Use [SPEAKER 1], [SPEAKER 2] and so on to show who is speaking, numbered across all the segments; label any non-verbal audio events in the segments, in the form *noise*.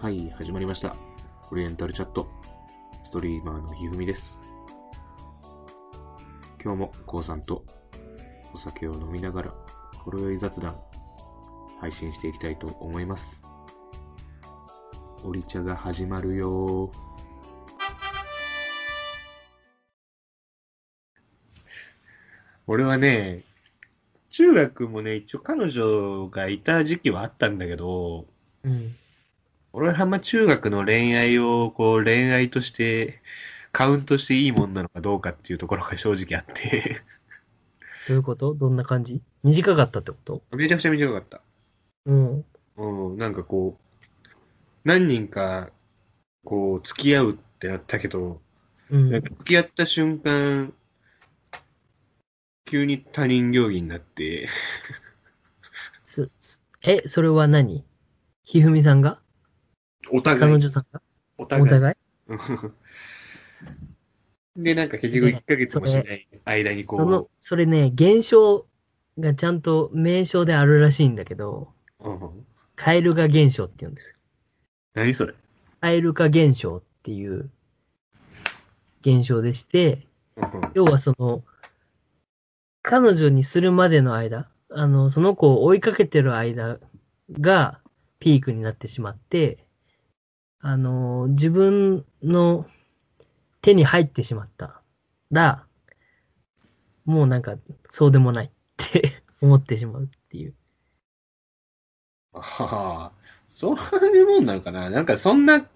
[SPEAKER 1] はい、始まりました。オリエンタルチャット。ストリーマーのひふみです。今日も、こうさんとお酒を飲みながら、ほろ酔い雑談、配信していきたいと思います。オリ茶が始まるよー俺はね、中学もね、一応彼女がいた時期はあったんだけど、
[SPEAKER 2] うん。
[SPEAKER 1] 俺はあんま中学の恋愛をこう恋愛としてカウントしていいもんなのかどうかっていうところが正直あって、
[SPEAKER 2] どういうことどんな感じ短かったってこと
[SPEAKER 1] めちゃくちゃ短かった。
[SPEAKER 2] うん。
[SPEAKER 1] うん、なんかこう、何人かこう付き合うってなったけど、
[SPEAKER 2] うん。
[SPEAKER 1] なんか付き合った瞬間、急に他人行儀になって、
[SPEAKER 2] すすえ、それは何ひふみさんが
[SPEAKER 1] お互
[SPEAKER 2] 彼
[SPEAKER 1] い、
[SPEAKER 2] 女さんが
[SPEAKER 1] お
[SPEAKER 2] お
[SPEAKER 1] 互い。
[SPEAKER 2] 互い
[SPEAKER 1] で、なんか結局1ヶ月もしない間に
[SPEAKER 2] その
[SPEAKER 1] こ、
[SPEAKER 2] それね、現象がちゃんと名称であるらしいんだけど、
[SPEAKER 1] う、うん、
[SPEAKER 2] カエル化現象って言うんですよ。
[SPEAKER 1] 何それ
[SPEAKER 2] カエル化現象っていう現象でして、
[SPEAKER 1] うん *laughs*
[SPEAKER 2] 要はその、彼女にするまでの間、あの、その子を追いかけてる間がピークになってしまって、あの、自分の手に入ってしまったら、もうなんか、そうでもないって思って *laughs* しまうっていう。
[SPEAKER 1] はあ、そういうもんなのかななんかそんな、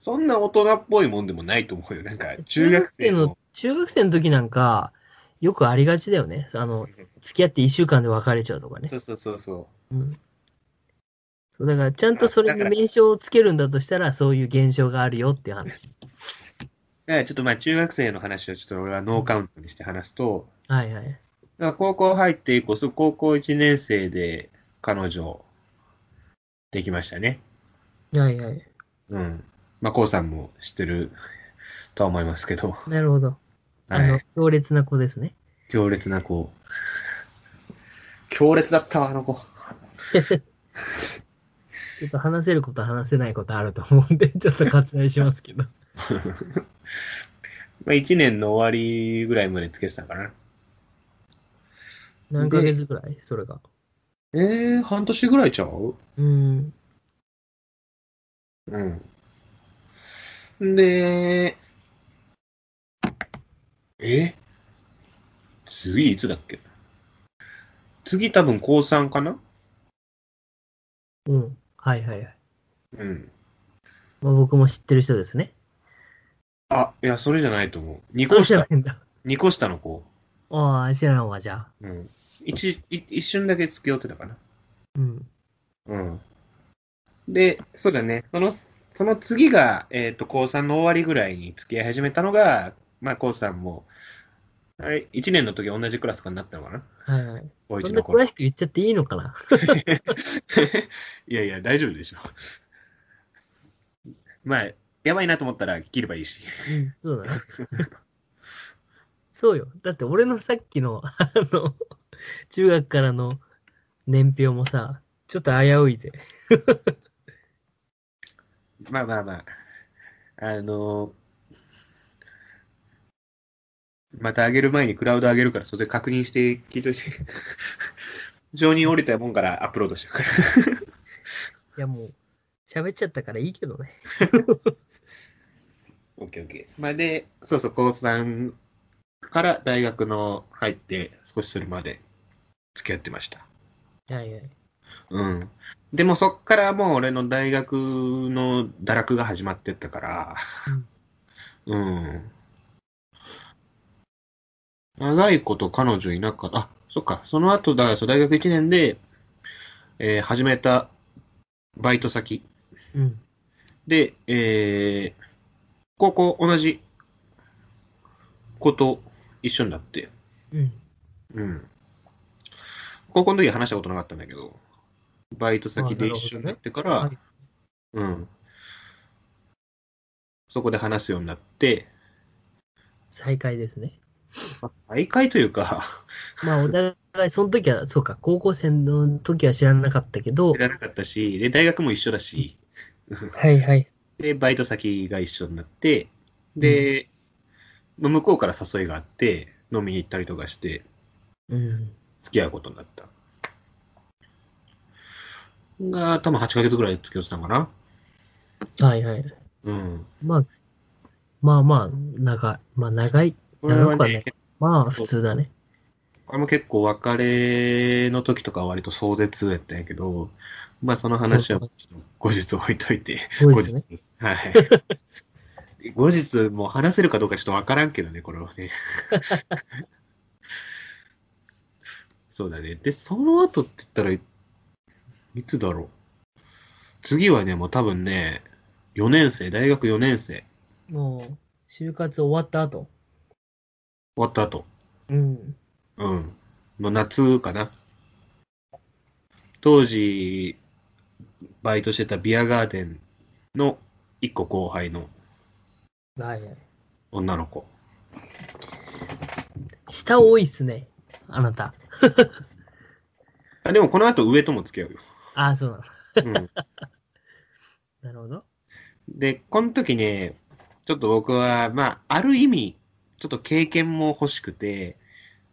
[SPEAKER 1] そんな大人っぽいもんでもないと思うよ。なんか中学生の。
[SPEAKER 2] 中学生の時なんか、よくありがちだよね。あの、付き合って1週間で別れちゃうとかね
[SPEAKER 1] そ。うそうそうそ
[SPEAKER 2] うんそうだから、ちゃんとそれに名称をつけるんだとしたら、そういう現象があるよっていう話。
[SPEAKER 1] う。だからちょっとまあ中学生の話をちょっと俺はノーカウントにして話すと、
[SPEAKER 2] はいはい。
[SPEAKER 1] だから高校入って以降、そう高校1年生で彼女できましたね。
[SPEAKER 2] はいはい。
[SPEAKER 1] うん。まあ、こうさんも知ってるとは思いますけど、
[SPEAKER 2] なるほど。あ
[SPEAKER 1] は
[SPEAKER 2] の
[SPEAKER 1] い、、
[SPEAKER 2] 強烈な子ですね。
[SPEAKER 1] 強烈な子。強烈だったわ、あの子。
[SPEAKER 2] ちょっと話せること話せないことあると思うんで、ちょっと割愛しますけど。
[SPEAKER 1] まあ1年の終わりぐらいまでつけてたかな。
[SPEAKER 2] 何ヶ月ぐらいそれが。
[SPEAKER 1] えー、半年ぐらいちゃう
[SPEAKER 2] うん。
[SPEAKER 1] うん。で、え次いつだっけ次多分高3かな
[SPEAKER 2] うん。はいはいはい。
[SPEAKER 1] うん。
[SPEAKER 2] まあ、僕も知ってる人ですね。
[SPEAKER 1] あ、いや、それじゃないと思う。二
[SPEAKER 2] そう
[SPEAKER 1] 個
[SPEAKER 2] じゃ
[SPEAKER 1] 下、
[SPEAKER 2] ないんだ。
[SPEAKER 1] 二個下の子。
[SPEAKER 2] ああ、知らんわ、じゃあ。
[SPEAKER 1] うん。一、い一瞬だけ付き合ってたかな。
[SPEAKER 2] うん。
[SPEAKER 1] うん。で、そうだね。その、その次が、えっと、高3の終わりぐらいに付き合い始めたのが、まあ、高3も、あれ、1年の時同じクラスかになったのかな
[SPEAKER 2] はいはい。
[SPEAKER 1] 高1
[SPEAKER 2] そん
[SPEAKER 1] の
[SPEAKER 2] な
[SPEAKER 1] 頃
[SPEAKER 2] 詳。しく言っちゃっていいのかな
[SPEAKER 1] いやいや、大丈夫でしょ。 *laughs* まあ、やばいなと思ったら切ればいいし。
[SPEAKER 2] うん、そうだね。そうよ。だって俺のさっきの、 *laughs* あの、中学からの年表もさ、ちょっと危ういで。
[SPEAKER 1] まあまあまあ。あのーまた上げる前にクラウド上げるから、それ確認して聞いといて。 *laughs* 常に降りたもんからアップロードしてるから。
[SPEAKER 2] いやもう、喋っちゃったからいいけどね。
[SPEAKER 1] オッケーオッケー。まあで、そうそう、高3から大学の入って少しするまで付き合ってました。
[SPEAKER 2] はいはい。
[SPEAKER 1] うん。でもそっからもう俺の大学の堕落が始まってったから、うん。長いこと彼女いなかった。あ、そっか。その後だ、そう大学1年で、えー始めたバイト先
[SPEAKER 2] うん。
[SPEAKER 1] で、えー高校同じ子と一緒になって、
[SPEAKER 2] うん。
[SPEAKER 1] うん。高校の時は話したことなかったんだけど、バイト先で一緒になってから、
[SPEAKER 2] あなるほど
[SPEAKER 1] う
[SPEAKER 2] ね
[SPEAKER 1] ん。そこで話すようになって、
[SPEAKER 2] 再会ですね。
[SPEAKER 1] まあ再会というか、
[SPEAKER 2] ま *laughs* あお互い、その時は、そうか、高校生の時は知らなかったけど
[SPEAKER 1] 知、らなかったし、で、大学も一緒だし、
[SPEAKER 2] はいはい。
[SPEAKER 1] で、バイト先が一緒になって、で、まあ向こうから誘いがあって、飲みに行ったりとかして、
[SPEAKER 2] うん。
[SPEAKER 1] 付き合うことになった。が、多分8ヶ月ぐらい付き合ってたのかな。
[SPEAKER 2] はいはい。
[SPEAKER 1] うん。
[SPEAKER 2] まあ、まあまあ、長い。まあ長い。
[SPEAKER 1] これは
[SPEAKER 2] 長くは
[SPEAKER 1] ね
[SPEAKER 2] ね、まあ普通だね。
[SPEAKER 1] これも結構別れの時とかは割と壮絶やったんやけど、まあその話は後日置いといて、
[SPEAKER 2] 多い
[SPEAKER 1] 後
[SPEAKER 2] ですね
[SPEAKER 1] 日。。はい。 *laughs* 後日もう話せるかどうかちょっとわからんけどね、これはね。 *laughs* そうだね。で、その後って言ったらい、いつだろう。次はね、もう多分ね、4年生、大学4年生、
[SPEAKER 2] もう、就活終わった後。
[SPEAKER 1] 終わった後。
[SPEAKER 2] うん。
[SPEAKER 1] うん。の夏かな。当時、バイトしてたビアガーデンの一個後輩の
[SPEAKER 2] はいはい。
[SPEAKER 1] 女の子。
[SPEAKER 2] 下多いっすね。あなた。
[SPEAKER 1] あでもこの後上とも付き合うよ。
[SPEAKER 2] ああ、そうな
[SPEAKER 1] う
[SPEAKER 2] の。
[SPEAKER 1] ん、
[SPEAKER 2] *laughs* なるほど。
[SPEAKER 1] で、この時ね、ちょっと僕は、まあ、ある意味、ちょっと経験も欲しくて、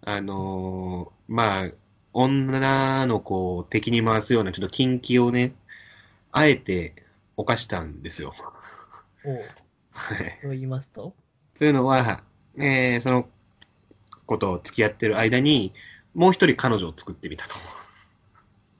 [SPEAKER 1] あのーまあ、女の子を敵に回すような、ちょっと禁忌をね、あえて犯したんですよ。 *laughs*
[SPEAKER 2] おう
[SPEAKER 1] はい。
[SPEAKER 2] と言いますと
[SPEAKER 1] というのは、えーその子と付き合ってる間に、もう一人彼女を作ってみたと。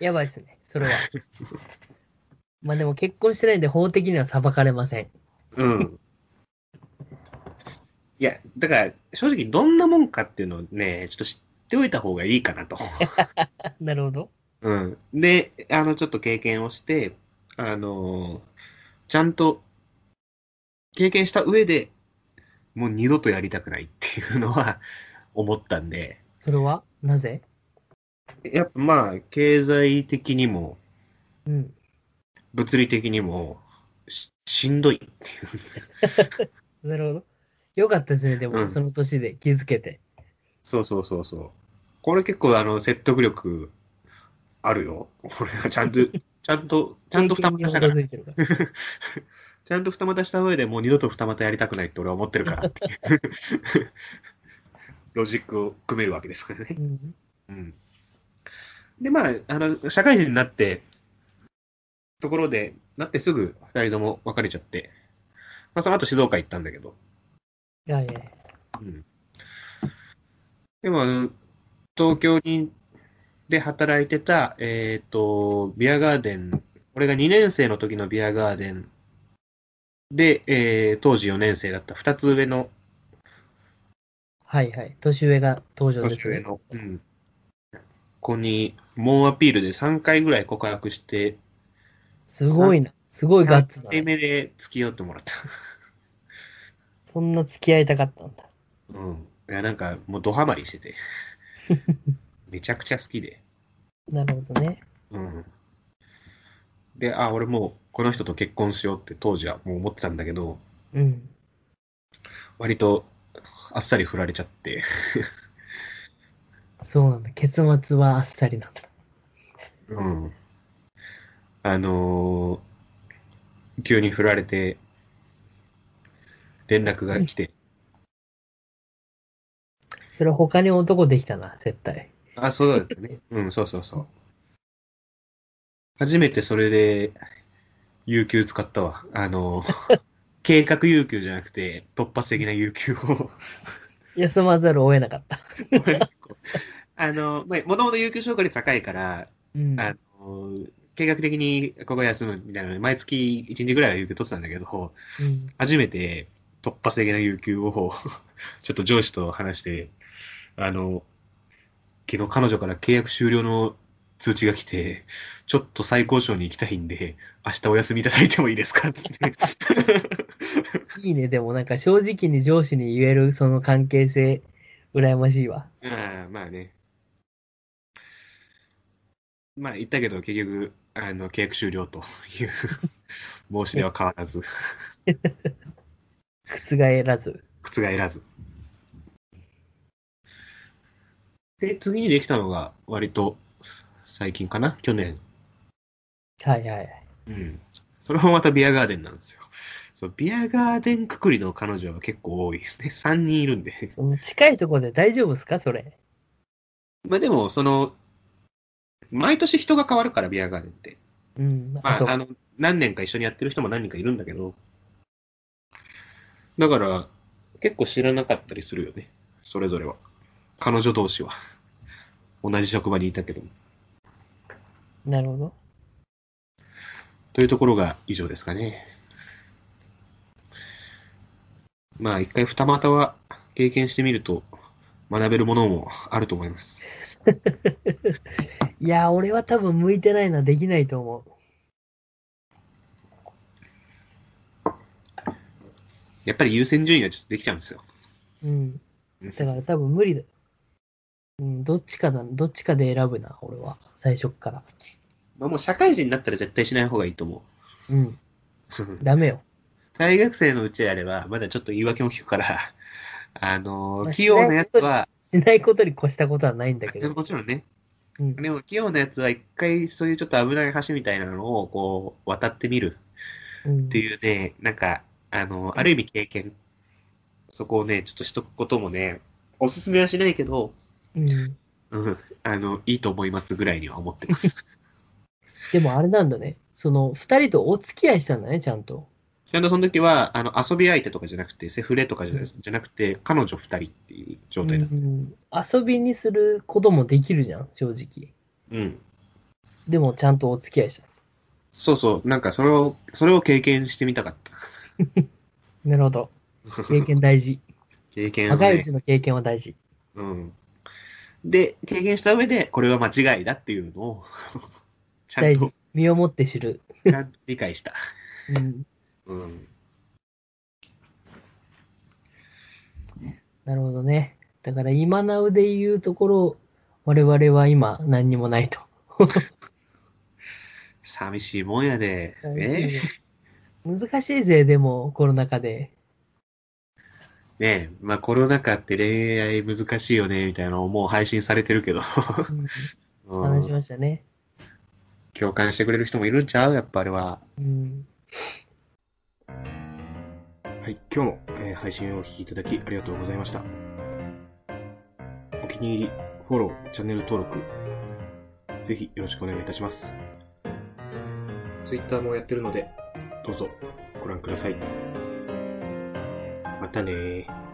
[SPEAKER 2] やばいっすね。
[SPEAKER 1] *laughs*
[SPEAKER 2] それは。まあでも結婚してないんで法的には裁かれません。 *laughs*
[SPEAKER 1] うん。いや、だから、正直どんなもんかっていうのをね、ちょっと知っておいた方がいいかなと。
[SPEAKER 2] あなるほど。
[SPEAKER 1] うん。で、あの、ちょっと経験をして、あのーちゃんと、経験した上でもう二度とやりたくないっていうのは思ったんで、
[SPEAKER 2] それはなぜ
[SPEAKER 1] やっぱまあ、経済的にも、
[SPEAKER 2] うん。
[SPEAKER 1] 物理的にもししんどいっていう。
[SPEAKER 2] なるほど。よかったですね、でも、
[SPEAKER 1] うん
[SPEAKER 2] その年で気づけて。
[SPEAKER 1] そうそうそうそう。これ結構あの説得力あるよ。これはちゃんと、ちゃんと、ちゃんと二股したから。
[SPEAKER 2] 経験に基づいて
[SPEAKER 1] *laughs*
[SPEAKER 2] るから。
[SPEAKER 1] ちゃんと二股した上でもう二度と二股やりたくないって俺は思ってるからっていうロジックを組めるわけですからね
[SPEAKER 2] う。ん
[SPEAKER 1] うんで、まあ、あの、社会人になって、ところで、なってすぐ二人とも別れちゃって、まあ、その後静岡行ったんだけど、
[SPEAKER 2] いやいや。
[SPEAKER 1] うんでも、あの東京にで働いてた、えっ、と、ビアガーデン、俺が2年生の時のビアガーデンで、えー当時4年生だった2つ上の
[SPEAKER 2] はいはい。年上が登場です、
[SPEAKER 1] 年
[SPEAKER 2] ね。
[SPEAKER 1] 上の、うん、子に猛アピールで3回ぐらい告白して、
[SPEAKER 2] すごいな。すごいガッツだ、
[SPEAKER 1] 3回
[SPEAKER 2] ね。
[SPEAKER 1] 目で付き合っても
[SPEAKER 2] *laughs*
[SPEAKER 1] らった。
[SPEAKER 2] そんな付き合いたかったんだ。
[SPEAKER 1] うん。いや、なんかもうドハマりして
[SPEAKER 2] *laughs*
[SPEAKER 1] て、めちゃくちゃ好きで。
[SPEAKER 2] なるほどね。
[SPEAKER 1] うん。で、あ、俺もうこの人と結婚しようって当時はもう思ってたんだけど、
[SPEAKER 2] うん。
[SPEAKER 1] 割とあっさり振られちゃって、
[SPEAKER 2] そうなんだ。結末はあっさりなんだ。
[SPEAKER 1] うん。あのー急に振られて、連絡が来て、
[SPEAKER 2] それ他に男できたな、絶対。
[SPEAKER 1] あ、そうだったね。 *laughs* うん、そうそうそう。初めてそれで、有給使ったわ。あのー計画有給じゃなくて、突発的な有給を。
[SPEAKER 2] 休まざるを得なかった。
[SPEAKER 1] あの、まあ、もともと有給消化率高いから、
[SPEAKER 2] うん。
[SPEAKER 1] あの、計画的にここ休むみたいなので、毎月1日ぐらいは有給取ってたんだけど、
[SPEAKER 2] うん
[SPEAKER 1] 初めて突発的な有給を、ちょっと上司と話して、あの、昨日彼女から契約終了の通知が来て、ちょっと再交渉に行きたいんで、明日お休みいただいてもいいですかって言って。
[SPEAKER 2] いいね。でもなんか正直に上司に言えるその関係性、羨ましいわ。
[SPEAKER 1] ああ、まあね。まあ言ったけど、結局、あの、契約終了という *laughs* 申し出は変わらず、
[SPEAKER 2] 覆らず。
[SPEAKER 1] 覆らず。で、次にできたのが、割と最近かな去年。
[SPEAKER 2] はいはいはい。
[SPEAKER 1] うん。それもまたビアガーデンなんですよ。そう、ビアガーデンくくりの彼女は結構多いですね。3人いるんで。
[SPEAKER 2] その近いところで大丈夫ですかそれ。
[SPEAKER 1] まあでも、その、毎年人が変わるから、ビアガーデンって。
[SPEAKER 2] うん。
[SPEAKER 1] ま
[SPEAKER 2] そう
[SPEAKER 1] あ、あの、何年か一緒にやってる人も何人かいるんだけど、だから、結構知らなかったりするよね。それぞれは。彼女同士は。同じ職場にいたけども。
[SPEAKER 2] なるほど。
[SPEAKER 1] というところが以上ですかね。まあ、一回二股は経験してみると、学べるものもあると思います。
[SPEAKER 2] いや、俺は多分向いてないな、できないと思う。
[SPEAKER 1] やっぱり優先順位はちょっとできちゃうんですよ。
[SPEAKER 2] うん。
[SPEAKER 1] うん
[SPEAKER 2] だから多分無理だ。うん、どっちかな、どっちかで選ぶな、俺は。最初っから。
[SPEAKER 1] まあ、もう社会人になったら絶対しない方がいいと思
[SPEAKER 2] うん、
[SPEAKER 1] う。
[SPEAKER 2] ダメよ。
[SPEAKER 1] 大学生のうちやれば、まだちょっと言い訳も聞くから、 *laughs* あの
[SPEAKER 2] ま
[SPEAKER 1] ー、
[SPEAKER 2] あ
[SPEAKER 1] 器用なやつは、
[SPEAKER 2] しないことに越したことはないんだけど。
[SPEAKER 1] もちろんね、
[SPEAKER 2] うん、
[SPEAKER 1] でも器用なやつは一回そういうちょっと危ない橋みたいなのをこう渡ってみる
[SPEAKER 2] うん
[SPEAKER 1] っていうね、なんか、あの、ある意味経験、そこをね、ちょっとしとくこともね、おすすめはしないけど、
[SPEAKER 2] うん。
[SPEAKER 1] うん、あの、いいと思いますぐらいには思って
[SPEAKER 2] *laughs*
[SPEAKER 1] ます。
[SPEAKER 2] でもあれなんだね。その、二人とお付き合いしたんだね、ちゃんと。
[SPEAKER 1] ちゃんとその時は、あの、遊び相手とかじゃなくて、セフレとかじゃなじゃなくて、彼女二人っていう状態だっ
[SPEAKER 2] うんうん遊びにすることもできるじゃん、正直。
[SPEAKER 1] た。うん。
[SPEAKER 2] でも、ちゃんとお付き合いした。
[SPEAKER 1] そうそう、なんかそれを、それを経験してみたかった。
[SPEAKER 2] なる
[SPEAKER 1] *laughs*
[SPEAKER 2] ほど。経験大事。
[SPEAKER 1] 経験を
[SPEAKER 2] 若いう
[SPEAKER 1] ね
[SPEAKER 2] ち。の経験は大事。
[SPEAKER 1] うん。で、経験した上で、これは間違いだっていうのを、ちゃ
[SPEAKER 2] 大
[SPEAKER 1] んと
[SPEAKER 2] 事、。身をもって知る。
[SPEAKER 1] ちゃんと理解した。
[SPEAKER 2] うん。
[SPEAKER 1] *laughs* うん。
[SPEAKER 2] なるほどね。だから今なうで言うところ、我々は今何にもないと。
[SPEAKER 1] 寂しいもんやで。ね
[SPEAKER 2] 難しいぜ、でもコロナ禍で。
[SPEAKER 1] え、ねえまあコロナ禍って恋愛難しいよね、みたいなのをもう配信されてるけど、
[SPEAKER 2] うん
[SPEAKER 1] *laughs* う
[SPEAKER 2] 話し
[SPEAKER 1] ん。
[SPEAKER 2] ましたね。
[SPEAKER 1] 共感してくれる人もいるんちゃうやっぱあれは。
[SPEAKER 2] うん。
[SPEAKER 1] はい、今日も、えー配信をお聴きいただきありがとうございました。お気に入り、フォロー、チャンネル登録、ぜひよろしくお願いいたします。Twitter もやってるので、どうぞご覧ください。またねー。